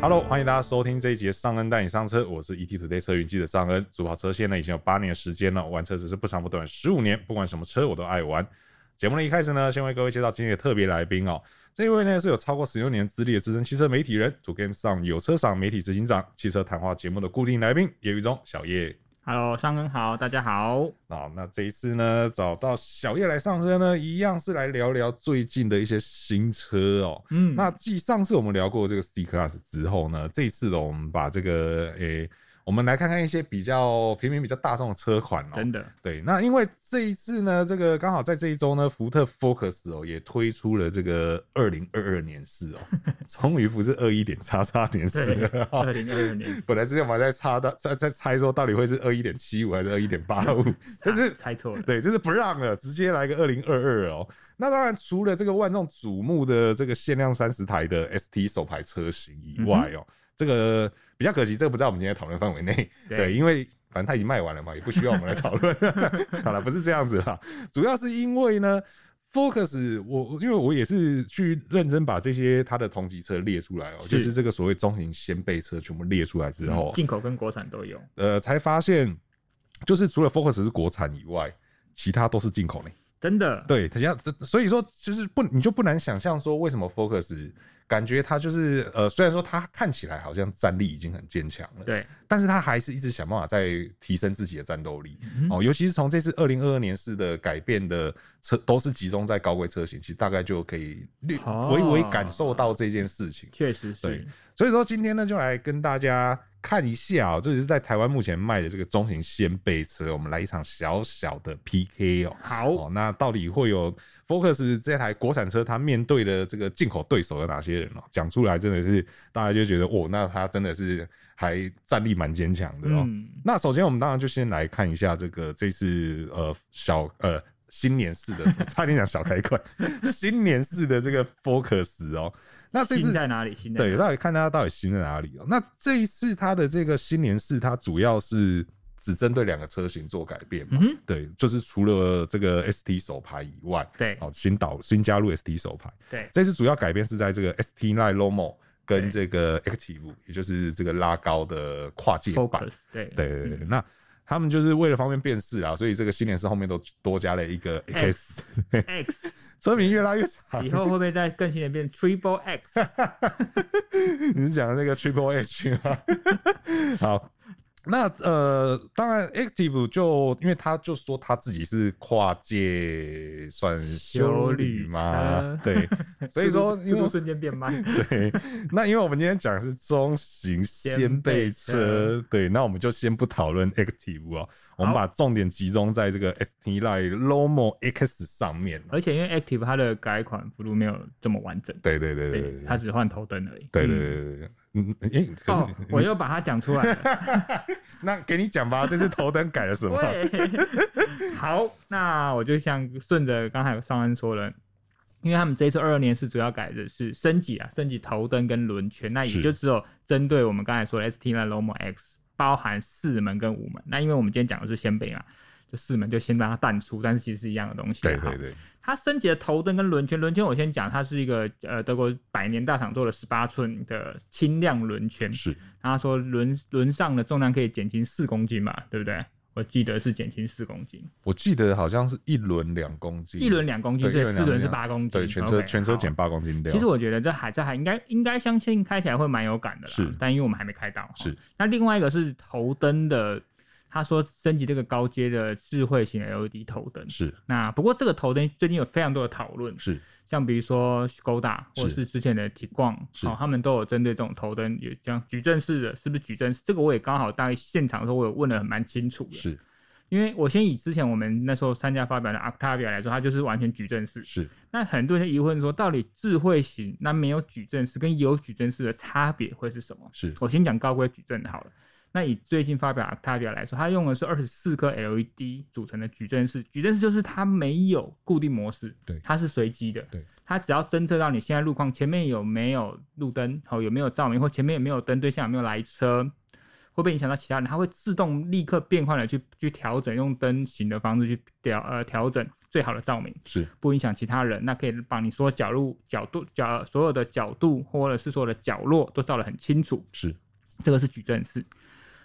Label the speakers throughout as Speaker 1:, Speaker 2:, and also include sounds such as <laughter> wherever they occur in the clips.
Speaker 1: Hello，欢迎大家收听这一节尚恩带你上车，我是 ETtoday 车云记者尚恩。主跑车线呢已经有八年的时间了，玩车只是不长不短，十五年，不管什么车我都爱玩。节目的一开始呢，先为各位介绍今天的特别来宾哦。这一位呢是有超过十六年资历的资深汽车媒体人，To Game 上有车赏媒体执行长，汽车谈话节目的固定来宾，叶玉忠，小叶。
Speaker 2: Hello，上恩好，大家好。
Speaker 1: 好，那这一次呢，找到小叶来上车呢，一样是来聊聊最近的一些新车哦。
Speaker 2: 嗯，
Speaker 1: 那继上次我们聊过这个 C Class 之后呢，这一次呢，我们把这个诶、我们来看看一些比较平民、比较大众的车款哦。
Speaker 2: 真的，
Speaker 1: 对，那因为这一次呢，这个刚好在这一周呢，福特 Focus 哦也推出了这个二零二二年式哦，
Speaker 2: <laughs>
Speaker 1: 终于不是二一点叉叉年式了、哦
Speaker 2: 二。零二二
Speaker 1: <laughs>
Speaker 2: 年，
Speaker 1: 本来之前我们还在猜到在在猜说到底会是二一点七五还是二一点八
Speaker 2: <laughs>
Speaker 1: 五，但是
Speaker 2: 啊猜错
Speaker 1: <laughs>
Speaker 2: 了。
Speaker 1: 对，这是不让了，直接来个二零二二哦。那当然，除了这个万众瞩目的这个限量三十台的 ST 首排车型
Speaker 2: 嗯
Speaker 1: 以外哦，这个比较可惜，这个不在我们今天讨论范围内。
Speaker 2: 对
Speaker 1: 对，因为反正它已经卖完了嘛，也不需要我们来讨论。好了，不 <laughs> 是这样子啦，主要是因为呢。Focus，我因为我也是去认真把这些它的同级车列出来哦，
Speaker 2: 是嗯
Speaker 1: 就是这个所谓中型掀背车全部列出来之后，哦
Speaker 2: 进口跟国产都有，
Speaker 1: 呃，才发现，就是除了 Focus 是国产以外，其他都是进口呢。
Speaker 2: 真的。
Speaker 1: 对，它像这，所以说就是不，你就不难想象说为什么 Focus 感觉它就是呃，虽然说它看起来好像战力已经很坚强了，
Speaker 2: 对，
Speaker 1: 但是它还是一直想办法在提升自己的战斗力、
Speaker 2: 嗯
Speaker 1: 哦。尤其是从这次二零二二年式的改变的车，都是集中在高规车型，其实大概就可以略
Speaker 2: 哦
Speaker 1: 微微感受到这件事情。
Speaker 2: 确实
Speaker 1: 对
Speaker 2: 是。
Speaker 1: 所以说今天呢，就来跟大家看一下哦，这就是在台湾目前卖的这个中型掀背车，我们来一场小小的 PK 哦。
Speaker 2: 好，
Speaker 1: 哦，那到底会有 Focus 这台国产车，它面对的这个进口对手有哪些人哦？讲出来真的是大家就觉得，哦，那它真的是还战力蛮坚强的哦。
Speaker 2: 嗯，
Speaker 1: 那首先，我们当然就先来看一下这个这次呃小呃新年式的， <laughs> 差点讲小开关， <laughs> 新年式的这个 Focus 哦。那这次
Speaker 2: 新在哪里？新在
Speaker 1: 对，
Speaker 2: 哪里
Speaker 1: 到底看它到底新在哪里哦。那这一次它的这个新年式，它主要是只针对两个车型做改变嘛？
Speaker 2: 嗯哼
Speaker 1: 对，就是除了这个 ST 手牌以外，
Speaker 2: 对
Speaker 1: 哦，新导新加入 ST 手牌，
Speaker 2: 对，
Speaker 1: 这次主要改变是在这个 ST Line Lomo 跟
Speaker 2: 对
Speaker 1: 这个 Active，也就是这个拉高的跨界版。
Speaker 2: focus 嗯对
Speaker 1: 对对对，对那他们就是为了方便辨识啊，所以这个新年式后面都多加了一个 X，,
Speaker 2: X
Speaker 1: 车名越拉越长
Speaker 2: 以。后会不会再更新
Speaker 1: <laughs>
Speaker 2: 的变 Triple X？
Speaker 1: 你是讲那个 Triple H 吗？ <laughs> 好，那呃，当然 Active 就因为他就说他自己是跨界算修旅嘛，
Speaker 2: 修
Speaker 1: 对， <laughs> 所以说
Speaker 2: 速度
Speaker 1: 因
Speaker 2: 速
Speaker 1: 为
Speaker 2: 度瞬间变
Speaker 1: <laughs>
Speaker 2: 慢。
Speaker 1: 对，那因为我们今天讲的是中型掀背
Speaker 2: 掀背
Speaker 1: 车，对，那我们就先不讨论 Active 哦，我们
Speaker 2: 好
Speaker 1: 把重点集中在这个 ST Line Lomo X 上面。
Speaker 2: 而且因为 Active 它的改款幅度没有这么完整，
Speaker 1: 对对对对对
Speaker 2: 对，它只换头灯而已。
Speaker 1: 对对
Speaker 2: 哎嗯
Speaker 1: 对对，嗯，诶，可是
Speaker 2: 哦，我又把它讲出来了。
Speaker 1: 那给你讲吧，这次头灯改了
Speaker 2: <laughs>
Speaker 1: 什么？
Speaker 2: 对， <laughs> 好，那我就像顺着刚才上恩说了。因为他们这一次二二年是主要改的是升级啊，升级头灯跟轮圈，那
Speaker 1: 是
Speaker 2: 也就只有针对我们刚才说的 ST Line Lomo X，包含四门跟五门。那因为我们今天讲的是先北嘛，就四门就先让它淡出，但是其实是一样的东西啊。
Speaker 1: 对对对，
Speaker 2: 它升级的头灯跟轮圈，轮圈我先讲，它是一个呃德国百年大厂做的十八寸的轻量轮圈，
Speaker 1: 是
Speaker 2: 他说轮轮上的重量可以减轻四公斤嘛，对不对？我记得是减轻四公斤，
Speaker 1: 我记得好像是一轮两公斤，
Speaker 2: 一轮两公
Speaker 1: 嗯
Speaker 2: 斤，
Speaker 1: 对
Speaker 2: 所
Speaker 1: 一
Speaker 2: 以
Speaker 1: 轮
Speaker 2: 四
Speaker 1: 两
Speaker 2: 轮是八公斤，
Speaker 1: 对，全车
Speaker 2: OK，
Speaker 1: 全车减
Speaker 2: 好。
Speaker 1: 八公斤掉。
Speaker 2: 其实我觉得这还这还应该应该相信开起来会蛮有感的啦，
Speaker 1: 是
Speaker 2: 但因为我们还没开到。哈
Speaker 1: 是，
Speaker 2: 那另外一个是头灯的，他说升级这个高阶的智慧型 LED 头灯。
Speaker 1: 是
Speaker 2: 那不过这个头灯最近有非常多的讨论，
Speaker 1: 是
Speaker 2: 像比如说 Skoda
Speaker 1: 是
Speaker 2: 或者是之前的 t i g u a n
Speaker 1: 是
Speaker 2: 哦，他们都有针对这种头灯，有这样矩阵式的，是不是矩阵式？这个我也刚好在现场的时候，我有问的蛮清楚的。
Speaker 1: 是
Speaker 2: 因为我先以之前我们那时候参加发表的 Octavia 来说，它就是完全矩阵式。
Speaker 1: 是
Speaker 2: 那很多人就疑问说，到底智慧型那没有矩阵式跟有矩阵式的差别会是什么？
Speaker 1: 是
Speaker 2: 我先讲高规矩阵好了。那以最近发表的 Octavia 来说，它用的是二十四颗 LED 组成的矩阵式，矩阵式就是它没有固定模式，
Speaker 1: 对
Speaker 2: 它是随机的，
Speaker 1: 对，
Speaker 2: 它只要侦测到你现在路哦况前面有没有路灯，好、有没有照明，或前面有没有灯，对象有没有来车，会不会影响到其他人，它会自动立刻变换的去去调整，用灯型的方式去调呃调整最好的照明，
Speaker 1: 是
Speaker 2: 不影响其他人。那可以把你所有角度角度角所有的角度或者是所有的角落都照得很清楚。
Speaker 1: 是
Speaker 2: 这个是矩阵式。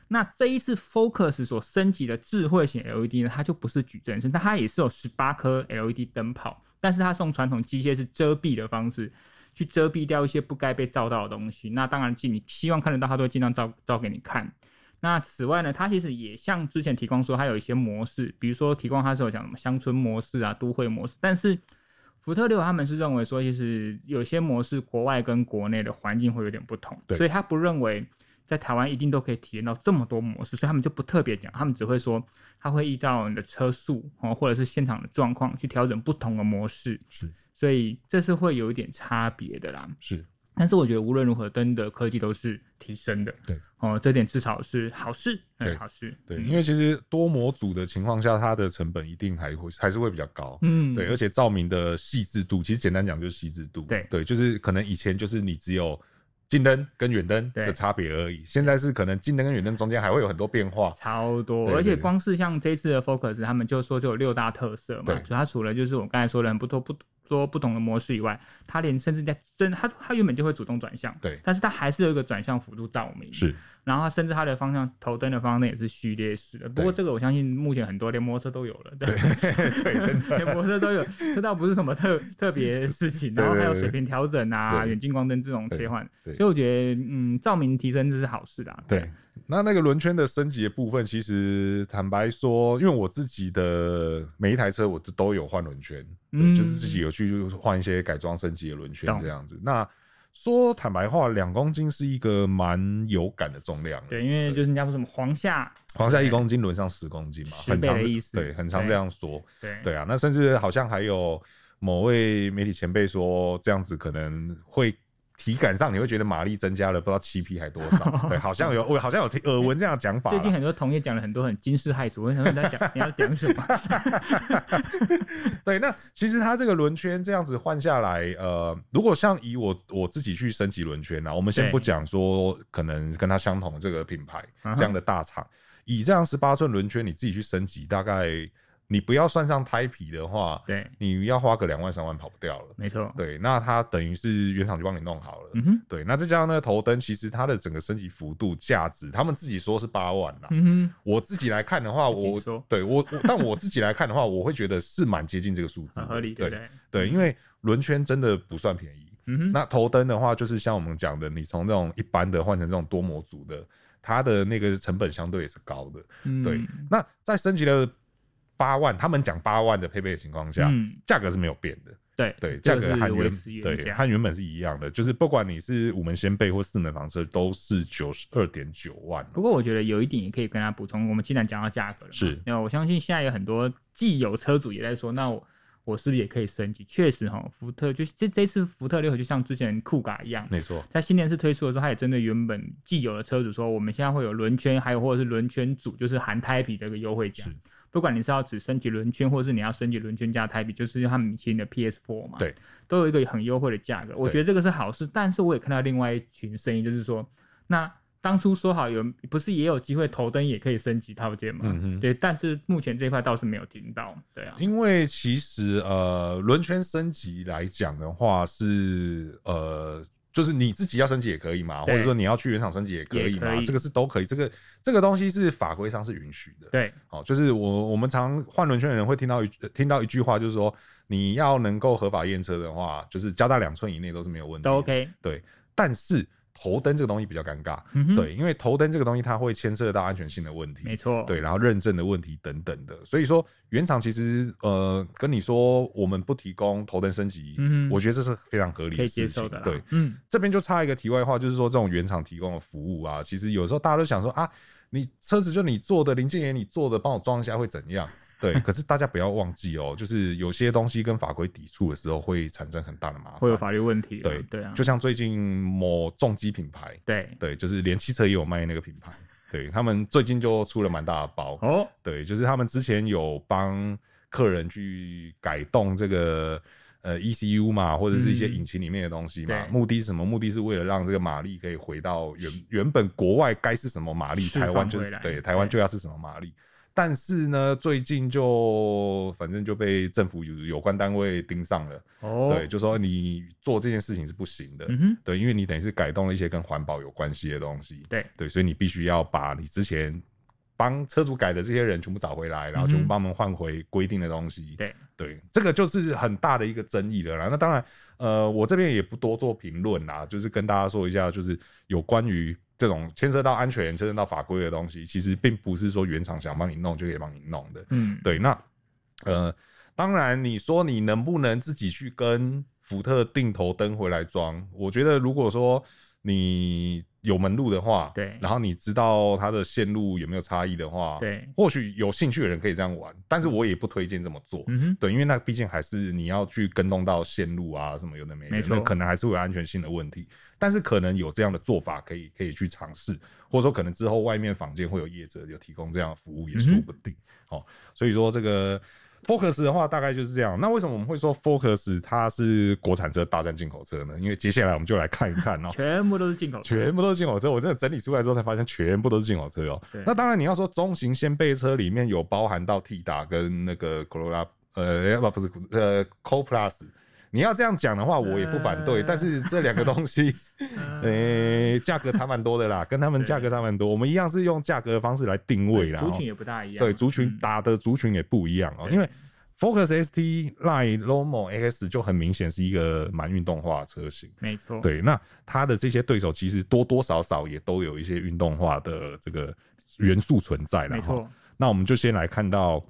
Speaker 2: 那这一次 Focus 所升级的智慧型 LED 呢，它就不是矩阵式，但它也是有十八颗 LED 灯泡，但是它是用传统机械式遮蔽的方式去遮蔽掉一些不该被照到的东西。那当然，尽你希望看得到，它都会尽量照照给你看。那此外呢，它其实也像之前提供说，它有一些模式，比如说提供它是有讲什么乡村模式啊、都会模式，但是福特六他们是认为说，其实有些模式国外跟国内的环境会有点不同，
Speaker 1: 对
Speaker 2: 所以他不认为在台湾一定都可以体验到这么多模式，所以他们就不特别讲，他们只会说他会依照你的车速哦，或者是现场的状况去调整不同的模式，
Speaker 1: 是
Speaker 2: 所以这是会有一点差别的啦。
Speaker 1: 是，
Speaker 2: 但是我觉得无论如何，灯的科技都是提升的，
Speaker 1: 对
Speaker 2: 哦，这点至少是好事，哎
Speaker 1: 对
Speaker 2: 好事，
Speaker 1: 对，
Speaker 2: 嗯
Speaker 1: 因为其实多模组的情况下，它的成本一定还会还是会比较高。
Speaker 2: 嗯，
Speaker 1: 对，而且照明的细致度，其实简单讲就是细致度。
Speaker 2: 对
Speaker 1: 对，就是可能以前就是你只有近灯跟远灯的
Speaker 2: 对
Speaker 1: 差别而已，现在是可能近灯跟远灯中间还会有很多变化。
Speaker 2: 超多，
Speaker 1: 对
Speaker 2: 而
Speaker 1: 对
Speaker 2: 且
Speaker 1: 对
Speaker 2: 光是像这一次的 Focus，他们就说就有六大特色嘛，
Speaker 1: 对
Speaker 2: 所以它除了就是我刚才说的很不多不多不同的模式以外，它连甚至在真它它原本就会主动转向，
Speaker 1: 对
Speaker 2: 但是它还是有一个转向辅助照明，，
Speaker 1: 是
Speaker 2: 然后它甚至它的方向头灯的方向也是序列式的，不过这个我相信目前很多连摩托车都有了，对，
Speaker 1: 对，真的
Speaker 2: <laughs> 连摩托车都有，这倒不是什么特特别的事情，
Speaker 1: 对
Speaker 2: 然后
Speaker 1: 对
Speaker 2: 还有
Speaker 1: 对
Speaker 2: 水平调整啊、
Speaker 1: 对
Speaker 2: 远近光灯这种
Speaker 1: 对
Speaker 2: 切换，
Speaker 1: 对
Speaker 2: 所以我觉得嗯，照明提升这是好事啦，
Speaker 1: 对，那那个轮圈的升级的部分，其实坦白说，因为我自己的每一台车我都都有换轮圈，嗯，
Speaker 2: 嗯
Speaker 1: 就是自己有去换一些改装升级的轮圈
Speaker 2: 懂
Speaker 1: 这样子。那说坦白话，两公斤是一个蛮有感的重量了，
Speaker 2: 对，因为就是人家说什么黄夏
Speaker 1: 黄下一公斤轮上十公斤嘛，
Speaker 2: 十
Speaker 1: 很
Speaker 2: 倍
Speaker 1: 常
Speaker 2: 的
Speaker 1: 这
Speaker 2: 意思
Speaker 1: 对，很常
Speaker 2: 对
Speaker 1: 这样说，
Speaker 2: 对
Speaker 1: 对啊。那甚至好像还有某位媒体前辈说，这样子可能会。体感上你会觉得马力增加了不知道七匹还多少，对，好像有我好像有听耳闻这样的讲法啦，
Speaker 2: 最近很多同业讲了很多很惊世骇俗，我想说你在
Speaker 1: <laughs>
Speaker 2: 讲你要讲什么？
Speaker 1: 对，那其实它这个轮圈这样子换下来，呃，如果像以我我自己去升级轮圈啊，我们先
Speaker 2: 对
Speaker 1: 不讲说可能跟它相同的这个品牌
Speaker 2: 嗯哼
Speaker 1: 这样的大厂，以这样十八寸轮圈你自己去升级，大概你不要算上胎皮的话，
Speaker 2: 对，
Speaker 1: 你要花个两万三万跑不掉了。
Speaker 2: 没错，
Speaker 1: 对，那它等于是原厂就帮你弄好了。
Speaker 2: 嗯哼，
Speaker 1: 对，那再加上那个头灯，其实它的整个升级幅度、价值，他们自己说是八万啦。
Speaker 2: 嗯
Speaker 1: 我自己来看的话，
Speaker 2: <laughs> 自己
Speaker 1: 我
Speaker 2: 说
Speaker 1: 对我，我但我自己来看的话，我会觉得是蛮接近这个数字的，
Speaker 2: 哼，很合理，对
Speaker 1: 啊对
Speaker 2: 不对？
Speaker 1: 对因为轮圈真的不算便宜。
Speaker 2: 嗯哼，
Speaker 1: 那头灯的话，就是像我们讲的，你从那种一般的换成这种多模组的，它的那个成本相对也是高的。
Speaker 2: 嗯
Speaker 1: 对，那在升级了八万，他们讲八万的配备的情况下，
Speaker 2: 嗯，
Speaker 1: 价格是没有变的。
Speaker 2: 对
Speaker 1: 对，价
Speaker 2: 这个
Speaker 1: 格和
Speaker 2: 是维
Speaker 1: 原
Speaker 2: 持原
Speaker 1: 对
Speaker 2: 价，
Speaker 1: 和原本是一样的，就是不管你是五门掀背或四门房车，都是九十二点九万哦。
Speaker 2: 不过我觉得有一点也可以跟他补充，我们既然讲到价格了嘛，
Speaker 1: 是
Speaker 2: 那我相信现在有很多既有车主也在说，那我我是不是也可以升级？确实哈，福特就是这这次福特六就像之前酷嘎一样，
Speaker 1: 没错，
Speaker 2: 在新年式推出的时候，它也针对原本既有的车主说，我们现在会有轮圈，还有或者是轮圈组，就是含胎皮的一个优惠价
Speaker 1: 是。
Speaker 2: 不管你是要只升级轮圈，或是你要升级轮圈加胎皮，就是他们新的 PS4 嘛，
Speaker 1: 对，
Speaker 2: 都有一个很优惠的价格。我觉得这个是好事，但是我也看到另外一群声音，就是说，那当初说好有不是也有机会头灯也可以升级套件嘛？
Speaker 1: 嗯哼
Speaker 2: 对，但是目前这块倒是没有听到，对啊，
Speaker 1: 因为其实呃，轮圈升级来讲的话是呃。就是你自己要升级也可以嘛，或
Speaker 2: 对
Speaker 1: 者说你要去原厂升级也可以
Speaker 2: 也
Speaker 1: 嘛，
Speaker 2: 可以
Speaker 1: 这个是都可以。这个这个东西是法规上是允许的。
Speaker 2: 对，
Speaker 1: 哦，就是我我们常换轮圈的人会听到一句呃听到一句话，就是说你要能够合法验车的话，就是加大两寸以内都是没有问题的。
Speaker 2: 都 OK，
Speaker 1: 但是头灯这个东西比较尴尬，
Speaker 2: 嗯哼，，
Speaker 1: 对，因为头灯这个东西它会牵涉到安全性的问
Speaker 2: 没
Speaker 1: 题，
Speaker 2: 错，
Speaker 1: 对，然后认证的问题等等的，所以说原厂其实呃跟你说我们不提供头灯升级，
Speaker 2: 嗯哼
Speaker 1: 我觉得这是非常合理
Speaker 2: 可
Speaker 1: 的
Speaker 2: 以
Speaker 1: 事
Speaker 2: 接
Speaker 1: 情
Speaker 2: 受的，啦，
Speaker 1: 对。
Speaker 2: 嗯，
Speaker 1: 这边就插一个题外话，就是说这种原厂提供的服务啊，其实有时候大家都想说啊，你车子就你做的，零件也你做的，帮我装一下会怎样？
Speaker 2: <laughs>
Speaker 1: 对，可是大家不要忘记哦，就是有些东西跟法规抵触的时候，会产生很大的麻烦。
Speaker 2: 会有法律问题啦，
Speaker 1: 对
Speaker 2: 对啊，
Speaker 1: 就像最近某重机品牌，
Speaker 2: 对，
Speaker 1: 对，就是连汽车也有卖那个品牌，对他们最近就出了蛮大的包，
Speaker 2: 哦，
Speaker 1: 对，就是他们之前有帮客人去改动这个呃 ECU 嘛，或者是一些
Speaker 2: 嗯
Speaker 1: 引擎里面的东西嘛。
Speaker 2: 对
Speaker 1: 目的是什么？目的是为了让这个马力可以回到原原本国外该是什么马力，
Speaker 2: 释
Speaker 1: 台湾
Speaker 2: 放
Speaker 1: 就
Speaker 2: 回
Speaker 1: 是
Speaker 2: 来
Speaker 1: 对
Speaker 2: 对
Speaker 1: 台湾就要是什么马力。但是呢，最近就反正就被政府有有关单位盯上了，
Speaker 2: 哦，
Speaker 1: 对，就说你做这件事情是不行的，
Speaker 2: 嗯哼，
Speaker 1: 对，因为你等于是改动了一些跟环保有关系的东西，
Speaker 2: 对
Speaker 1: 对，所以你必须要把你之前帮车主改的这些人全部找回来，然后
Speaker 2: 嗯哼
Speaker 1: 全部帮忙换回规定的东西。
Speaker 2: 对
Speaker 1: 对，这个就是很大的一个争议了啦。那当然，呃，我这边也不多做评论啦，就是跟大家说一下，就是有关于。这种牵涉到安全、牵涉到法规的东西，其实并不是说原厂想帮你弄就可以帮你弄的。
Speaker 2: 嗯，
Speaker 1: 对，那呃，当然你说你能不能自己去跟福特定头灯回来装？我觉得如果说你有门路的话，
Speaker 2: 对
Speaker 1: 然后你知道它的线路有没有差异的话，，
Speaker 2: 对，
Speaker 1: 或许有兴趣的人可以这样玩，但是我也不推荐这么做。
Speaker 2: 嗯哼，
Speaker 1: 对，因为那毕竟还是你要去跟动到线路啊，什么有的没的，
Speaker 2: 没
Speaker 1: 那
Speaker 2: 错。
Speaker 1: 可能还是会有安全性的问题。但是可能有这样的做法可以可以去尝试，或者说可能之后外面坊间会有业者有提供这样的服务也说不定。哦，所以说这个 Focus 的话大概就是这样。那为什么我们会说 Focus 它是国产车大战进口车呢？因为接下来我们就来看一看哦
Speaker 2: 全部都是进口车，
Speaker 1: 全部都是进口车，我真的整理出来之后才发现全部都是进口车哦
Speaker 2: 对。
Speaker 1: 那当然你要说中型掀背车里面有包含到 T 打跟那个 Corolla，呃，不不是呃 Co Plus，你要这样讲的话，我也不反对。
Speaker 2: 呃
Speaker 1: 但是这两个东西，
Speaker 2: <laughs> 呃
Speaker 1: 呃，价格差蛮多的啦，跟他们价格差蛮多。我们一样是用价格的方式来定位啦。
Speaker 2: 族
Speaker 1: 哦
Speaker 2: 群也不大一样，
Speaker 1: 对族群
Speaker 2: 嗯
Speaker 1: 打的族群也不一样哦，
Speaker 2: 对
Speaker 1: 因为 Focus ST、Line、Lomo X 就很明显是一个蛮运动化的车型。
Speaker 2: 没错，
Speaker 1: 对，那他的这些对手其实多多少少也都有一些运动化的这个元素存在了
Speaker 2: 没
Speaker 1: 哈。
Speaker 2: 错，
Speaker 1: 那我们就先来看到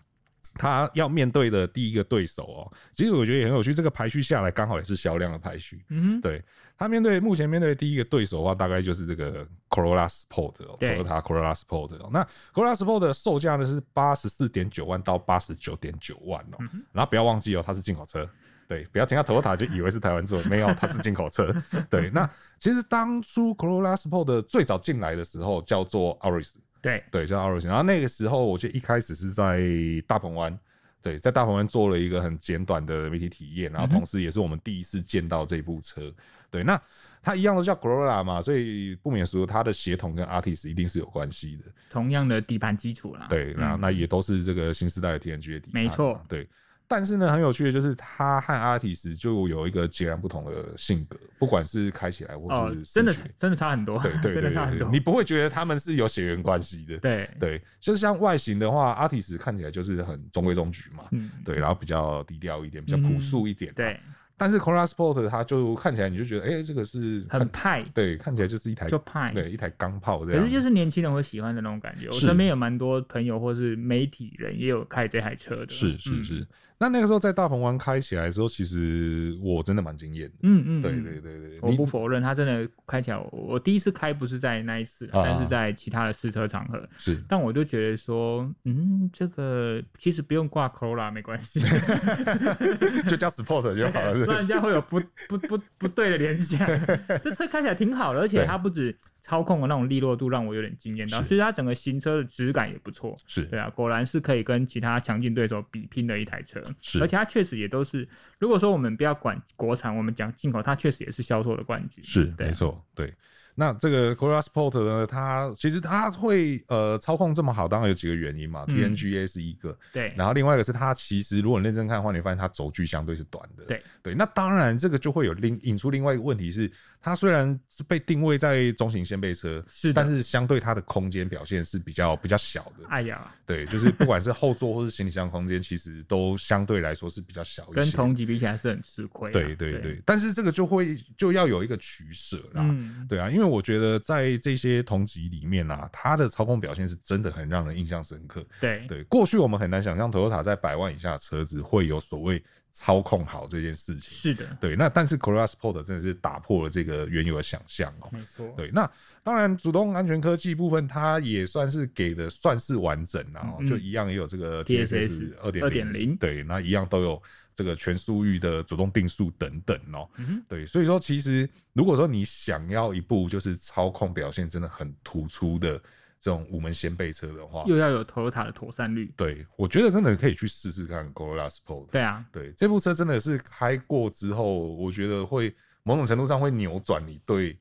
Speaker 1: 他要面对的第一个对手哦、其实我觉得也很有趣，这个排序下来刚好也是销量的排序。
Speaker 2: 嗯哼，
Speaker 1: 对他面对目前面对的第一个对手的话，大概就是这个 Corolla Sport 哦、t o
Speaker 2: 对
Speaker 1: y o t a Corolla Sport 哦、那 Corolla Sport 的售价呢是八十四点九万到八十九点九万哦、然后不要忘记哦、它是进口车。对，不要听到 Toyota 就以为是台湾做，没有，它是进口车。对，那其实当初 Corolla Sport 的最早进来的时候叫做 Auris，
Speaker 2: 对，
Speaker 1: 对，叫 Auris。然后那个时候，我记得一开始是在大鹏湾，对，在大鹏湾做了一个很简短的媒体体验，然后
Speaker 2: 嗯哼
Speaker 1: 同时也是我们第一次见到这部车。对，那它一样都叫 Corolla 嘛，所以不免俗，它的协同跟 Artis 一定是有关系的。
Speaker 2: 同样的底盘基础啦，
Speaker 1: 对，那、
Speaker 2: 嗯
Speaker 1: 那也都是这个新时代的 TNG 的底盘嘛
Speaker 2: 没错
Speaker 1: 对。但是呢，很有趣的就是，它和 Artis 就有一个截然不同的性格，不管是开起来或
Speaker 2: 哦
Speaker 1: 是，视
Speaker 2: 真的
Speaker 1: 觉
Speaker 2: 真的差很多，
Speaker 1: 对
Speaker 2: <laughs>
Speaker 1: 对
Speaker 2: 真
Speaker 1: 对
Speaker 2: 的差很
Speaker 1: 对，
Speaker 2: 多，
Speaker 1: 你不会觉得他们是有血缘关系的。
Speaker 2: 对，
Speaker 1: 对，就是像外形的话，阿提斯看起来就是很中规中矩嘛，
Speaker 2: 嗯，
Speaker 1: 对，然后比较低调一点，比较朴素一点。
Speaker 2: 对，
Speaker 1: 但是 Corolla Sport 它就看起来你就觉得，哎、这个是
Speaker 2: 很
Speaker 1: 看
Speaker 2: 派，
Speaker 1: 对，看起来就是一台
Speaker 2: 就派，
Speaker 1: 对一台钢炮这
Speaker 2: 可
Speaker 1: 样。
Speaker 2: 是就是年轻人会喜欢的那种感觉。我
Speaker 1: 是
Speaker 2: 身边有蛮多朋友或是媒体人也有开这台车的。
Speaker 1: 是是
Speaker 2: 嗯，
Speaker 1: 是，那那个时候在大鹏湾开起来的时候，其实我真的蛮惊艳的。
Speaker 2: 嗯嗯，
Speaker 1: 对
Speaker 2: 嗯
Speaker 1: 对。对对，
Speaker 2: 我
Speaker 1: 你
Speaker 2: 不否认，它真的开起来，我我第一次开不是在那一次，
Speaker 1: 啊
Speaker 2: 但是在其他的试车场合， <laughs>
Speaker 1: 是
Speaker 2: 但我就觉得说，嗯，这个其实不用挂 Corolla 没关系，
Speaker 1: 就叫 Sport 就好了，是
Speaker 2: 不
Speaker 1: 不
Speaker 2: 然
Speaker 1: 是
Speaker 2: 人家会
Speaker 1: <laughs>
Speaker 2: 有不不不不对的联想。这车开起来挺好的，而且
Speaker 1: 对
Speaker 2: 它不止操控的那种利落度让我有点惊艳到，
Speaker 1: 是
Speaker 2: 就是它整个行车的质感也不错。
Speaker 1: 是
Speaker 2: 对啊，果然是可以跟其他强劲对手比拼的一台车，
Speaker 1: 是
Speaker 2: 而且它确实也都是，如果说我们不要管国产，我们讲进口，它确实也是销售的冠军。
Speaker 1: 是，
Speaker 2: 对啊
Speaker 1: 没错，对。那这个 Corolla Sport 呢，它其实它会呃操控这么好，当然有几个原因嘛
Speaker 2: 嗯
Speaker 1: ，TNGA 是一个，
Speaker 2: 对，
Speaker 1: 然后另外一个是它其实如果你认真看的话，你发现它轴距相对是短的。
Speaker 2: 对
Speaker 1: 对，那当然这个就会有另引出另外一个问题是，它虽然是被定位在中型掀背车，
Speaker 2: 是的
Speaker 1: 但是相对它的空间表现是比较比较小的。
Speaker 2: 哎呀，
Speaker 1: 对，就是不管是后座或是行李箱空间，其实都相对来说是比较小一
Speaker 2: 跟
Speaker 1: 些。
Speaker 2: 同级比起来是很吃亏啊。
Speaker 1: 对对对，但是这个就会就要有一个取舍啦。
Speaker 2: 嗯，
Speaker 1: 对啊，因为我觉得在这些同级里面啊，它的操控表现是真的很让人印象深刻。
Speaker 2: 对
Speaker 1: 对，过去我们很难想象 Toyota 在百万以下的车子会有所谓操控好这件事情。
Speaker 2: 是的，
Speaker 1: 对，那但是 Corolla Sport 真的是打破了这个原有的想象哦、
Speaker 2: 没错。
Speaker 1: 对，那当然，主动安全科技部分它也算是给的算是完整啦、哦，
Speaker 2: 嗯嗯
Speaker 1: 就一样也有这个
Speaker 2: TSS
Speaker 1: 二点
Speaker 2: 2.0
Speaker 1: 对，那一样都有这个全速域的主动定速等等哦、
Speaker 2: 嗯哼
Speaker 1: 对，所以说其实如果说你想要一部就是操控表现真的很突出的这种五门掀背车的话，
Speaker 2: 又要有 Toyota 的妥善率。
Speaker 1: 对我觉得真的可以去试试看 Corolla Sport。
Speaker 2: 对啊，
Speaker 1: 对，这部车真的是开过之后，我觉得会某种程度上会扭转你对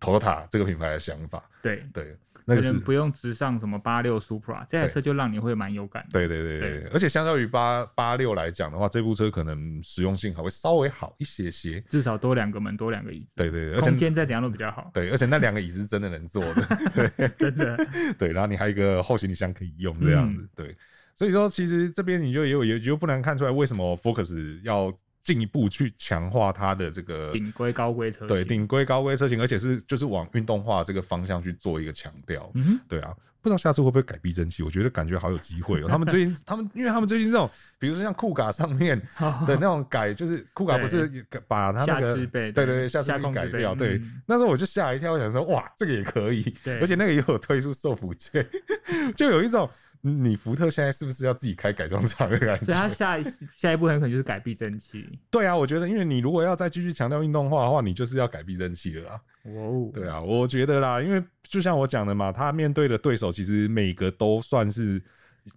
Speaker 1: Toyota 这个品牌的想法。
Speaker 2: 对，
Speaker 1: 对，那
Speaker 2: 可
Speaker 1: 个是
Speaker 2: 能不用直上什么八六 Supra 这台车，就让你会蛮有感的。
Speaker 1: 对对对对，对而且相较于八八六来讲的话，这部车可能实用性还会稍微好一些些。
Speaker 2: 至少多两个门，多两个椅子，
Speaker 1: 对对对，而
Speaker 2: 空
Speaker 1: 且。
Speaker 2: 间再怎样都比较好
Speaker 1: 对，而且那两个椅子是真的能坐的，
Speaker 2: 真的， <laughs>
Speaker 1: 对，然后你还有一个后行李箱可以用这样子，
Speaker 2: 嗯
Speaker 1: 对，所以说其实这边你就也有也就不难看出来为什么 Focus 要进一步去强化它的这个
Speaker 2: 顶规高规车型。
Speaker 1: 对顶规高规车型，而且是就是往运动化这个方向去做一个强调，
Speaker 2: 嗯哼，
Speaker 1: 对啊，不知道下次会不会改避震器，我觉得感觉好有机会哦、他们最近，他们因为他们最近这种，比如说像酷卡上面
Speaker 2: 好
Speaker 1: 的那种改，就是酷卡不是把它那
Speaker 2: 下
Speaker 1: 个
Speaker 2: 置备
Speaker 1: 对对
Speaker 2: 对
Speaker 1: 对下
Speaker 2: 下
Speaker 1: 次被
Speaker 2: 控
Speaker 1: 改
Speaker 2: 制备
Speaker 1: 掉，对
Speaker 2: 嗯。
Speaker 1: 那时候我就吓一跳，我想说哇，这个也可以，
Speaker 2: 对
Speaker 1: 而且那个也有推出受补券， <laughs> 就有一种嗯你福特现在是不是要自己开改装厂的感
Speaker 2: 所以它
Speaker 1: 觉？
Speaker 2: 下一下一步很可能就是改避震器。
Speaker 1: 对啊，我觉得因为你如果要再继续强调运动化的话，你就是要改避震器了啊。
Speaker 2: 哇哦，
Speaker 1: 对啊，我觉得啦，因为就像我讲的嘛，他面对的对手其实每个都算是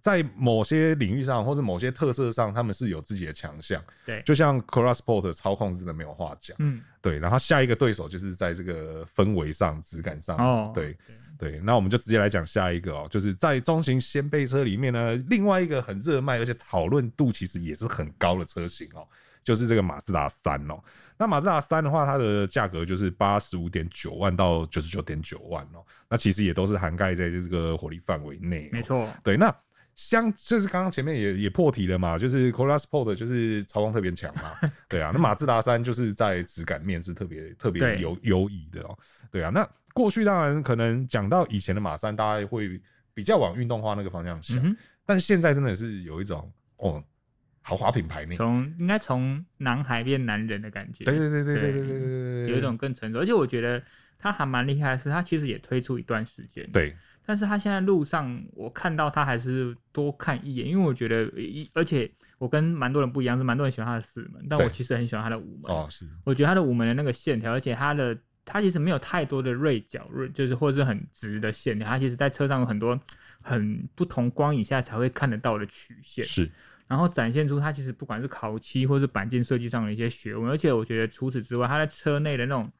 Speaker 1: 在某些领域上或者某些特色上，他们是有自己的强项。
Speaker 2: 对，
Speaker 1: 就像 Crossport 操控真的没有话讲，
Speaker 2: 嗯，
Speaker 1: 对。然后下一个对手就是在这个氛围上、质感上，
Speaker 2: 哦，
Speaker 1: 啊对对。那我们就直接来讲下一个哦、就是在中型掀背车里面呢，另外一个很热卖，而且讨论度其实也是很高的车型哦、就是这个马自达三哦。那马自达三的话，它的价格就是八十五点九万到九十九点九万哦、那其实也都是涵盖在这个火力范围内、哦
Speaker 2: 没。错，
Speaker 1: 对，那相就是刚刚前面也也破题了嘛，就是 c o l a Sport 就是操控特别强
Speaker 2: <laughs>
Speaker 1: 嘛，对啊，那马自达三就是在质感面是特别特别
Speaker 2: 对
Speaker 1: 优优异的哦、对啊，那过去当然可能讲到以前的马三，大家会比较往运动化那个方向想，
Speaker 2: 嗯哼。
Speaker 1: 但现在真的是有一种哦豪华品牌呢，
Speaker 2: 从应该从男孩变男人的感觉，
Speaker 1: 对对对对对对
Speaker 2: 对
Speaker 1: 对对对对，
Speaker 2: 有一种更成熟。而且我觉得他还蛮厉害的是，他其实也推出一段时间，。
Speaker 1: 对
Speaker 2: 但是他现在路上，我看到他还是多看一眼，因为我觉得一，而且我跟蛮多人不一样，是蛮多人喜欢他的四门，但
Speaker 1: 对
Speaker 2: 我其实很喜欢他的五门。
Speaker 1: 哦是
Speaker 2: 我觉得他的五门的那个线条，而且他的他其实没有太多的锐角，锐就是或者是很直的线条，他其实在车上有很多很不同光影下才会看得到的曲线。
Speaker 1: 是
Speaker 2: 然后展现出它其实不管是烤漆或是板件设计上的一些学问，而且我觉得除此之外，它在车内的那种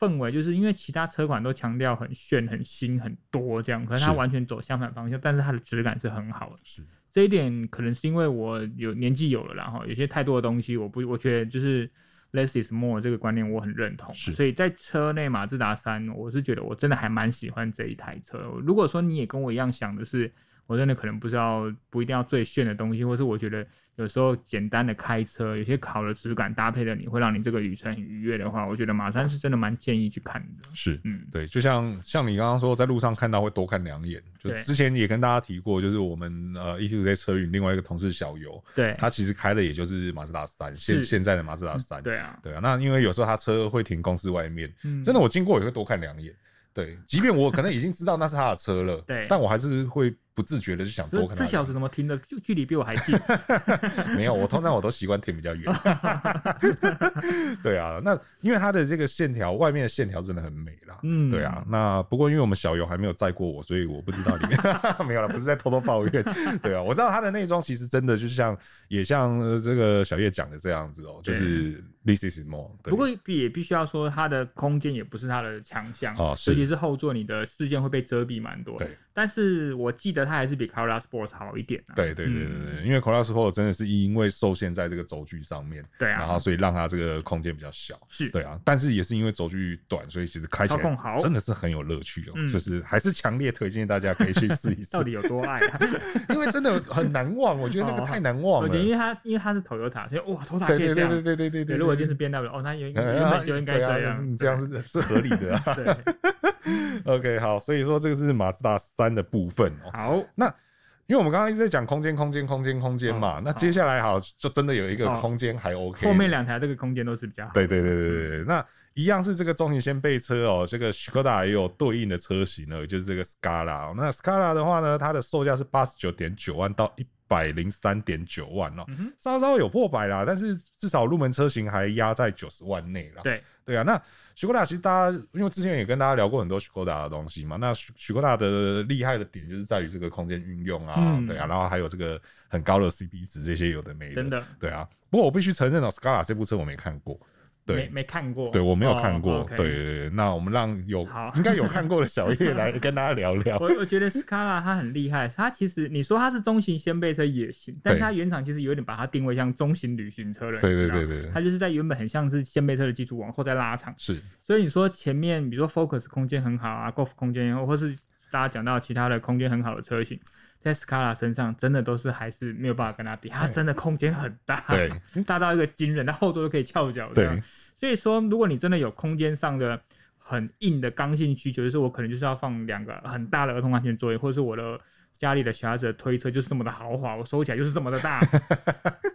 Speaker 2: 氛围，就是因为其他车款都强调很炫、很新、很多这样，可是它
Speaker 1: 是
Speaker 2: 完全走相反方向，但是它的质感是很好的。
Speaker 1: 是
Speaker 2: 这一点可能是因为我有年纪有了啦，然后有些太多的东西，我不我觉得就是 less is more 这个观念我很认同，
Speaker 1: 是
Speaker 2: 所以在车内马自达三，我是觉得我真的还蛮喜欢这一台车。如果说你也跟我一样想的是，我真的可能不知道不一定要最炫的东西，或是我觉得有时候简单的开车，有些烤的质感搭配的你会让你这个旅程很愉悦的话，我觉得马三是真的蛮建议去看的。
Speaker 1: 是
Speaker 2: 嗯，
Speaker 1: 对，就像像你刚刚说，在路上看到会多看两眼。就
Speaker 2: 对
Speaker 1: 之前也跟大家提过，就是我们呃 E T 在车云另外一个同事小游，
Speaker 2: 对，
Speaker 1: 他其实开的也就是马自达三，现
Speaker 2: 是
Speaker 1: 现在的马自达三。
Speaker 2: 对啊，
Speaker 1: 对啊，那因为有时候他车会停公司外面，
Speaker 2: 嗯，
Speaker 1: 真的我经过也会多看两眼。对，即便我可能已经知道那是他的车了，
Speaker 2: <laughs> 对
Speaker 1: 但我还是会不自觉的就想
Speaker 2: 就
Speaker 1: 多
Speaker 2: 是
Speaker 1: 看他
Speaker 2: 这小子怎么停的距距离比我
Speaker 1: <laughs>
Speaker 2: 还近？
Speaker 1: 没有，我通常我都习惯停比较
Speaker 2: <laughs>
Speaker 1: 远。 <laughs> 对啊，那因为它的这个线条，外面的线条真的很美啦。
Speaker 2: 嗯
Speaker 1: 对啊。那不过因为我们小游还没有载过我，所以我不知道
Speaker 2: <laughs>
Speaker 1: 里面没有了，不是在偷偷抱怨。对啊，我知道它的内装其实真的就像也像呃这个小叶讲的这样子哦、就是 this is more 对。
Speaker 2: 不过必也必须要说，它的空间也不是它的强项
Speaker 1: 哦是
Speaker 2: 尤其是后座，你的视线会被遮蔽蛮多。
Speaker 1: 对，
Speaker 2: 但是我记得它还是比 Corolla Sports 好一点啊。
Speaker 1: 对对对对
Speaker 2: 嗯
Speaker 1: 对，因为 c o r a s p o r t 真的是因为受限在这个轴距上面，
Speaker 2: 对
Speaker 1: 然后
Speaker 2: 啊，
Speaker 1: 所以让它这个空间比较小。
Speaker 2: 是，
Speaker 1: 对啊，但是也是因为轴距短，所以其实开起
Speaker 2: 操控
Speaker 1: 来
Speaker 2: 好
Speaker 1: 真的是很有乐趣哦、
Speaker 2: 嗯
Speaker 1: 就是还是强烈推荐大家可以去试一试
Speaker 2: <laughs> 到，底有多爱啊？
Speaker 1: 因为真的很难忘，我觉得那个
Speaker 2: 哦
Speaker 1: 太难忘
Speaker 2: 我
Speaker 1: 了。 <laughs>
Speaker 2: 觉得因为它因为它是 Toyota，所以哇，Toyota 可
Speaker 1: 对对
Speaker 2: 以这
Speaker 1: 对
Speaker 2: 样。
Speaker 1: 对对对对对，
Speaker 2: 如果今天是
Speaker 1: 对
Speaker 2: 变道哦，那原
Speaker 1: 嗯
Speaker 2: 原
Speaker 1: 啊
Speaker 2: 本就应该
Speaker 1: 对啊
Speaker 2: 这样。
Speaker 1: <laughs> 嗯这样
Speaker 2: <laughs>
Speaker 1: 是是合理的、啊。
Speaker 2: 对，
Speaker 1: OK，好，所以说这个是马自达三的部分哦、
Speaker 2: 好，
Speaker 1: 因为我们刚刚一直在讲空间、空间、空间、空间嘛，
Speaker 2: 哦
Speaker 1: 那接下来好，就真的有一个
Speaker 2: 哦
Speaker 1: 空间还 OK，、
Speaker 2: 后面两台这个空间都是比较好。
Speaker 1: 对对对对对对，那一样是这个中型掀背车哦，这个 Skoda 也有对应的车型呢，也就是这个 Scala 哦、那 Scala 的话呢，它的售价是八十九点九万到一百零三点九万哦
Speaker 2: 嗯哼，
Speaker 1: 稍稍有破百啦，但是至少入门车型还压在九十万内啦。
Speaker 2: 对，
Speaker 1: 对啊，那许国达其实大家因为之前也跟大家聊过很多许国达的东西嘛，那许许国达的厉害的点就是在于这个空间运用啊，
Speaker 2: 嗯
Speaker 1: 对啊，然后还有这个很高的 CP 值这些有的没的，
Speaker 2: 真的
Speaker 1: 对啊。不过我必须承认哦，Scala 这部车我没看过，
Speaker 2: 没
Speaker 1: 对。
Speaker 2: 没看过，
Speaker 1: 对，我没有看过。
Speaker 2: 哦，OK
Speaker 1: 对对对，那我们让有
Speaker 2: 好
Speaker 1: 应该有看过的小叶来跟大家聊聊。
Speaker 2: <laughs> 我我觉得 Scala 它很厉害，它其实你说它是中型掀背车也行，但是它原厂其实有点把它定位像中型旅行车了，
Speaker 1: 对
Speaker 2: 你
Speaker 1: 对
Speaker 2: 知道
Speaker 1: 对对对
Speaker 2: 它就是在原本很像是掀背车的基础往后再拉长，
Speaker 1: 是，
Speaker 2: 所以你说前面比如说 Focus 空间很好啊，Golf 空间，或是大家讲到其他的空间很好的车型，在 Scala 身上真的都是还是没有办法跟它比，它真的空间很大，
Speaker 1: 对，
Speaker 2: <laughs> 大到一个惊人，它后座都可以翘脚这样
Speaker 1: 对，
Speaker 2: 所以说，如果你真的有空间上的很硬的刚性需求，就是我可能就是要放两个很大的儿童安全座椅，或者是我的家里的小孩子的推车就是这么的豪华，我收起来就是这么的大，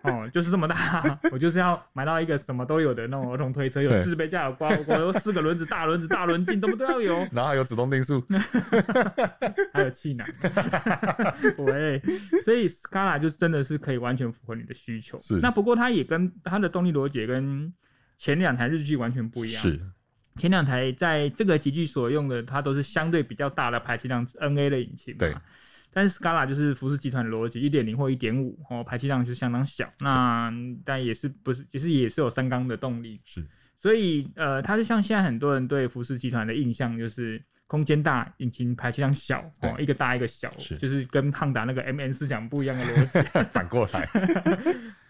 Speaker 2: 哦，就是这么大， <laughs> 我就是要买到一个什么都有的那种儿童推车，有
Speaker 1: 对
Speaker 2: 置备架，有刮胡瓜，有四个轮子，大轮子、大轮径，什么都要有， <laughs>
Speaker 1: 然后还有主动定速，
Speaker 2: 还有气囊， <laughs> 喂，所以 Scala 就真的是可以完全符合你的需求。
Speaker 1: 是
Speaker 2: 那不过它也跟它的动力逻辑也跟前两台日剧完全不一样，
Speaker 1: 是
Speaker 2: 前两台在这个集聚所用的，它都是相对比较大的排气量 NA 的引擎嘛。
Speaker 1: 对。
Speaker 2: 但是 Scala 就是福斯集团的逻辑，一点零或一点五哦，排气量就相当小。那但也是不是，其实也是有三缸的动力，
Speaker 1: 是，
Speaker 2: 所以呃，它就像现在很多人对福斯集团的印象就是空间大，引擎排气量小哦，
Speaker 1: 对
Speaker 2: 一个大一个小，
Speaker 1: 是
Speaker 2: 就是跟汉达那个 MN 思想不一样的逻
Speaker 1: <laughs>
Speaker 2: 辑。
Speaker 1: 反过
Speaker 2: <laughs>
Speaker 1: 来，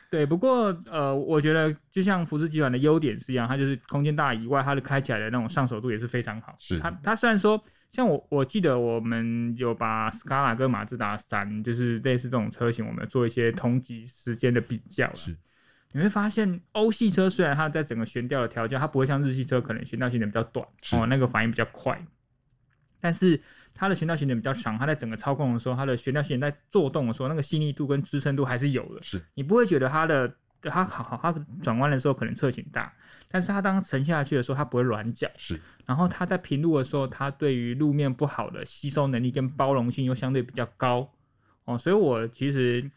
Speaker 2: 对，不过呃，我觉得就像福斯集团的优点是一样，它就是空间大以外，它的开起来的那种上手度也是非常好。
Speaker 1: 是
Speaker 2: 它它虽然说，像我我记得我们有把 Scala 跟马自达三，就是类似这种车型，我们做一些同级时间的比较啦
Speaker 1: 是
Speaker 2: 你会发现欧系车虽然它在整个悬吊的调教，它不会像日系车可能悬吊行程比较短
Speaker 1: 是
Speaker 2: 哦，那个反应比较快，但是它的悬吊行程比较长，它在整个操控的时候，它的悬吊行程在做动的时候，那个细腻度跟支撑度还是有的。
Speaker 1: 是
Speaker 2: 你不会觉得它的它好好它转弯的时候可能侧倾大，但是它当沉下去的时候，它不会软脚，
Speaker 1: 是
Speaker 2: 然后它在平路的时候，它对于路面不好的吸收能力跟包容性又相对比较高哦，所以我其实。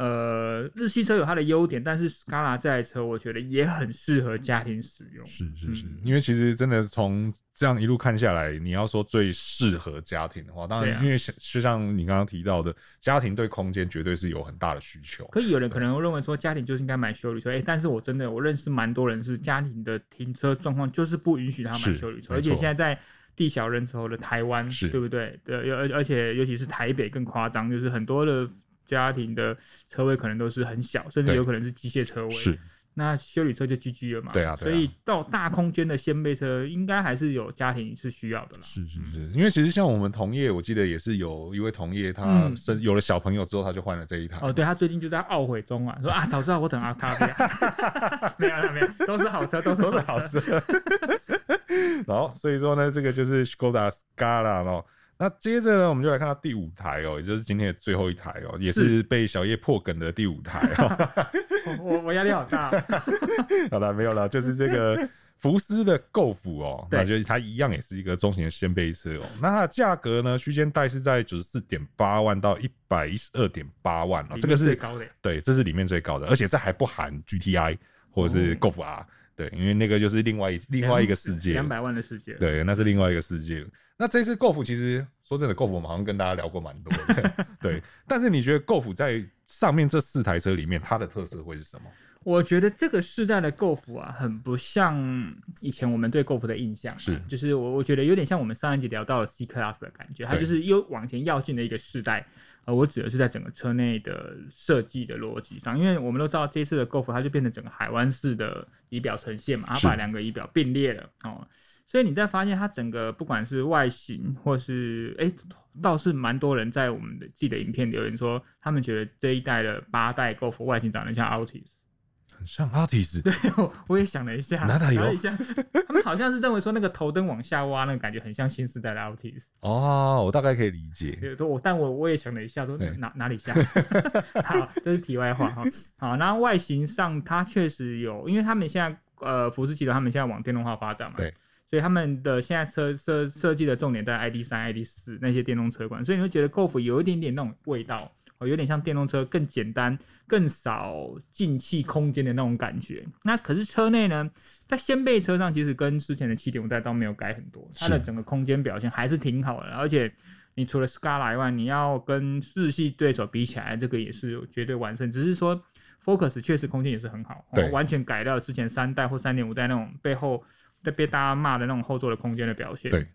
Speaker 2: 呃，日系车有它的优点，但是 Scala 这台车我觉得也很适合家庭使用。
Speaker 1: 是是是
Speaker 2: 嗯，
Speaker 1: 因为其实真的从这样一路看下来，你要说最适合家庭的话，当
Speaker 2: 对
Speaker 1: 然
Speaker 2: 啊
Speaker 1: 因为像就像你刚刚提到的，家庭对空间绝对是有很大的需求。
Speaker 2: 可以有人可能会认为说家庭就是应该买修理车，哎、但是我真的我认识蛮多人是家庭的停车状况就是不允许他买
Speaker 1: 嗯是
Speaker 2: 修理车，
Speaker 1: 没
Speaker 2: 而且
Speaker 1: 错
Speaker 2: 现在在地小人稠的台湾，
Speaker 1: 是
Speaker 2: 对不对？对，而而且尤其是台北更夸张，就是很多的家庭的车位可能都是很小，甚至
Speaker 1: 对
Speaker 2: 有可能是机械车位。
Speaker 1: 是，
Speaker 2: 那修理车就 GG 了嘛？
Speaker 1: 对啊对
Speaker 2: 所
Speaker 1: 啊
Speaker 2: 以到大空间的掀背车应该还是有家庭是需要的啦。
Speaker 1: 是是是，因为其实像我们同业，我记得也是有一位同业，他
Speaker 2: 嗯
Speaker 1: 生有了小朋友之后，他就换了这一台。
Speaker 2: 哦，对他最近就在懊悔中啊，说啊，早知道我等阿卡比啊，
Speaker 1: <laughs>
Speaker 2: 没有啦没有，都是好车，都是
Speaker 1: 都是
Speaker 2: 好 <laughs>
Speaker 1: 好吃。 <laughs> 然后所以说呢，这个就是 Skoda Scala 咯。那接着呢，我们就来看到第五台哦，也就是今天的最后一台哦，也是被小叶破梗的第五台哦。
Speaker 2: 我我我压力好大哦、
Speaker 1: <laughs> 好了，没有了，就是这
Speaker 2: <laughs>
Speaker 1: 个福斯的 Golf 哦，
Speaker 2: 对
Speaker 1: 那就是它一样也是一个中型的掀背车哦。那它的价格呢，区间带是在九十四点八万到一百一十二点八万哦，这个
Speaker 2: 最
Speaker 1: 是
Speaker 2: 高的耶，
Speaker 1: 对，这是里面最高的，而且这还不含 GTI 或者是 Golf R，、对，因为那个就是另外一另外一个世界了
Speaker 2: 哦两百万的世界。
Speaker 1: 对，那是另外一个世界了。那这次 Golf 其实说真的，Golf 我们好像跟大家聊过蛮多
Speaker 2: <laughs>
Speaker 1: 的，对。但是你觉得 Golf 在上面这四台车里面，它的特色会是什么？
Speaker 2: 我觉得这个世代的 Golf 啊，很不像以前我们对 Golf 的印象、啊，
Speaker 1: 是
Speaker 2: 就是我我觉得有点像我们上一集聊到的 C Class 的感觉，它
Speaker 1: 对
Speaker 2: 就是又往前要进的一个世代。呃，我指的是在整个车内的设计的逻辑上，因为我们都知道这次的 Golf 它就变成整个海湾式的仪表呈现嘛，它
Speaker 1: 是
Speaker 2: 把两个仪表并列了哦，所以你在发现它整个不管是外形或是哎、倒是蛮多人在我们的自己的影片留言说，他们觉得这一代的八代 Golf 外形长得像 Altis。
Speaker 1: 很像 Artis，
Speaker 2: 我 <laughs> 我也想了一下，
Speaker 1: 哪打油
Speaker 2: 查了一下，他们好像 <laughs> 是认为说那个头灯往下挖，那个感觉很像新时代的 Altis。
Speaker 1: 哦，我大概可以理解。
Speaker 2: 对，都我但我我也想了一下，说
Speaker 1: 对
Speaker 2: 哪哪里
Speaker 1: <laughs>
Speaker 2: 像？好，这是题外话哈。好，那外形上它确实有，因为他们现在呃，福斯集团他们现在往电动化发展嘛，
Speaker 1: 对，
Speaker 2: 所以他们的现在车设设计的重点在 ID 三、ID 四那些电动车款，所以你会觉得 Golf 有一点点那种味道。哦，有点像电动车更简单、更少进气空间的那种感觉。那可是车内呢，在掀背车上，其实跟之前的七点五代倒没有改很多，它的
Speaker 1: 是
Speaker 2: 整个空间表现还是挺好的，而且。你除了 Scala 以外，你要跟日系对手比起来，这个也是有绝对完胜。只是说 Focus 确实空间也是很好，哦
Speaker 1: 对
Speaker 2: 完全改掉之前三代或三点五代那种背后在被大家骂的那种后座的空间的表现。
Speaker 1: 对，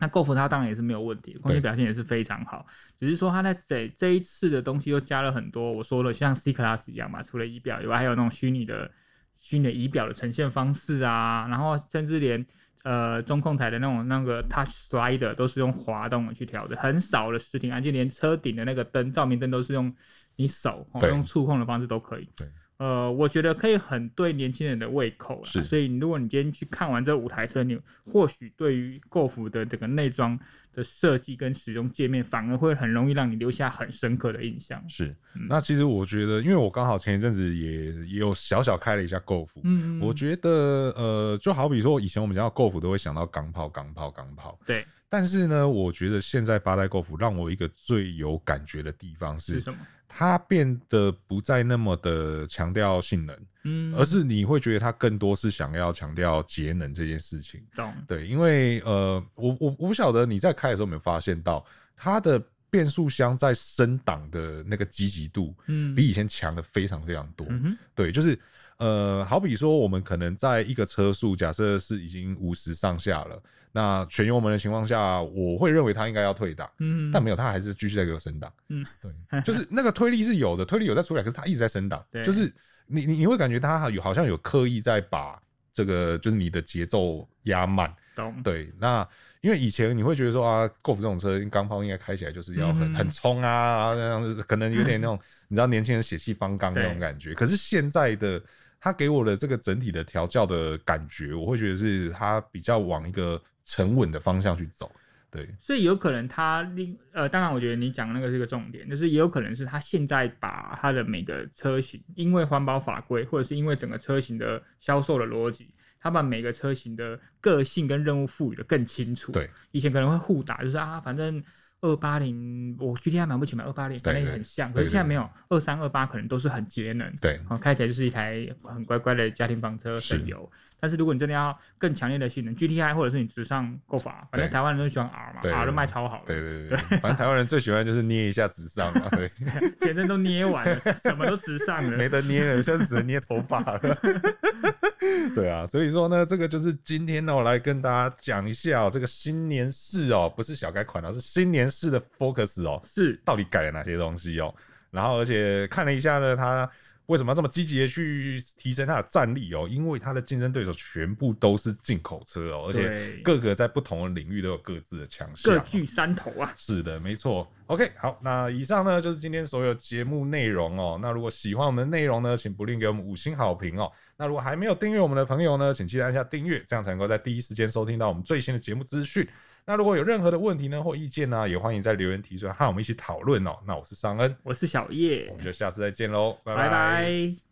Speaker 2: 那 Golf 它当然也是没有问题，空间表现也是非常好，只是说它在这这一次的东西又加了很多，我说了像 C Class 一样嘛，除了仪表以外，还有那种虚拟的虚拟的仪表的呈现方式啊，然后甚至连呃中控台的那种那个 Touch Slider 都是用滑动的去调的，很少的实体按键，连车顶的那个灯照明灯都是用你手、哦、
Speaker 1: 对
Speaker 2: 用触控的方式都可以
Speaker 1: 对。
Speaker 2: 呃，我觉得可以很对年轻人的胃口啊啦，
Speaker 1: 是
Speaker 2: 所以如果你今天去看完这五台车，你或许对于 Golf 的这个内装的设计跟使用界面，反而会很容易让你留下很深刻的印象。
Speaker 1: 是。
Speaker 2: 嗯
Speaker 1: 那其实我觉得，因为我刚好前一阵子也也有小小开了一下 Golf，
Speaker 2: 嗯，
Speaker 1: 我觉得呃，就好比说以前我们讲到 Golf 都会想到钢炮、钢炮、钢炮，
Speaker 2: 对
Speaker 1: 但是呢，我觉得现在八代 Golf 让我一个最有感觉的地方
Speaker 2: 是
Speaker 1: 是，
Speaker 2: 什么？
Speaker 1: 它变得不再那么的强调性能，
Speaker 2: 嗯，
Speaker 1: 而是你会觉得它更多是想要强调节能这件事情。
Speaker 2: 懂
Speaker 1: 对，因为呃，我我我不晓得你在开的时候有没有发现到，它的变速箱在升档的那个积极度
Speaker 2: 嗯
Speaker 1: 比以前强的非常非常多。
Speaker 2: 嗯哼
Speaker 1: 对，就是呃，好比说我们可能在一个车速，假设是已经五十上下了，那全油门的情况下，我会认为它应该要退档。
Speaker 2: 嗯，
Speaker 1: 但没有，它还是继续在给我升档。
Speaker 2: 嗯，
Speaker 1: 对，
Speaker 2: <laughs>
Speaker 1: 就是那个推力是有的，推力有在出来，可是它一直在升档
Speaker 2: 对，
Speaker 1: 就是你你你会感觉它有好像有刻意在把这个就是你的节奏压慢。
Speaker 2: 懂
Speaker 1: 对，那因为以前你会觉得说啊，Golf 这种车钢炮应该开起来就是要很、
Speaker 2: 嗯
Speaker 1: 很冲啊，那样子可能有点那种、
Speaker 2: <laughs>
Speaker 1: 你知道年轻人血气方刚那种
Speaker 2: 对
Speaker 1: 感觉。可是现在的它给我的这个整体的调教的感觉，我会觉得是它比较往一个沉稳的方向去走。对，
Speaker 2: 所以有可能他另呃，当然我觉得你讲那个是一个重点，就是也有可能是他现在把他的每个车型，因为环保法规或者是因为整个车型的销售的逻辑，他把每个车型的个性跟任务赋予的更清楚。
Speaker 1: 对，
Speaker 2: 以前可能会互打，就是啊，反正。二八零，我 G T I 买不起买二八零，反正也
Speaker 1: 对
Speaker 2: 很像。可
Speaker 1: 对
Speaker 2: 是
Speaker 1: 对
Speaker 2: 现在
Speaker 1: 对
Speaker 2: 没有二三二八，可能都是很节能，
Speaker 1: 对，
Speaker 2: 哦，开起来就是一台很乖乖的家庭房车，
Speaker 1: 是
Speaker 2: 省油。但是如果你真的要更强烈的性能，GTI 或者是你直上 g o 法，反正
Speaker 1: 对
Speaker 2: 台湾人都喜欢 R 嘛
Speaker 1: 对
Speaker 2: ，R 都卖超好
Speaker 1: 对
Speaker 2: 了，
Speaker 1: 对
Speaker 2: <laughs>
Speaker 1: 对，反正台湾人最喜欢就是捏一下直上嘛，对，
Speaker 2: 全身都捏完了，什么都直上
Speaker 1: <laughs> 没
Speaker 2: 了。
Speaker 1: 得捏了，现在只能捏头发了。 <laughs> 对啊，所以说呢，这个就是今天呢，我来跟大家讲一下哦、这个新年式哦、不是小改款哦、是新年式的 Focus 哦、
Speaker 2: 是，
Speaker 1: 到底改了哪些东西哦、然后而且看了一下呢，它为什么要这么积极的去提升它的战力哦、因为它的竞争对手全部都是进口车哦、而且
Speaker 2: 对
Speaker 1: 各个在不同的领域都有各自的强项哦、
Speaker 2: 各具山头啊。
Speaker 1: 是的，没错。OK，好，那以上呢就是今天所有节目内容哦。那如果喜欢我们的内容呢，请不吝给我们五星好评哦。那如果还没有订阅我们的朋友呢，请记得按下订阅，这样才能够在第一时间收听到我们最新的节目资讯。那如果有任何的问题呢或意见呢、也欢迎在留言提出来，和我们一起讨论哦。那我是尚恩，
Speaker 2: 我是小叶
Speaker 1: 我们，就下次再见喽，拜
Speaker 2: 拜拜。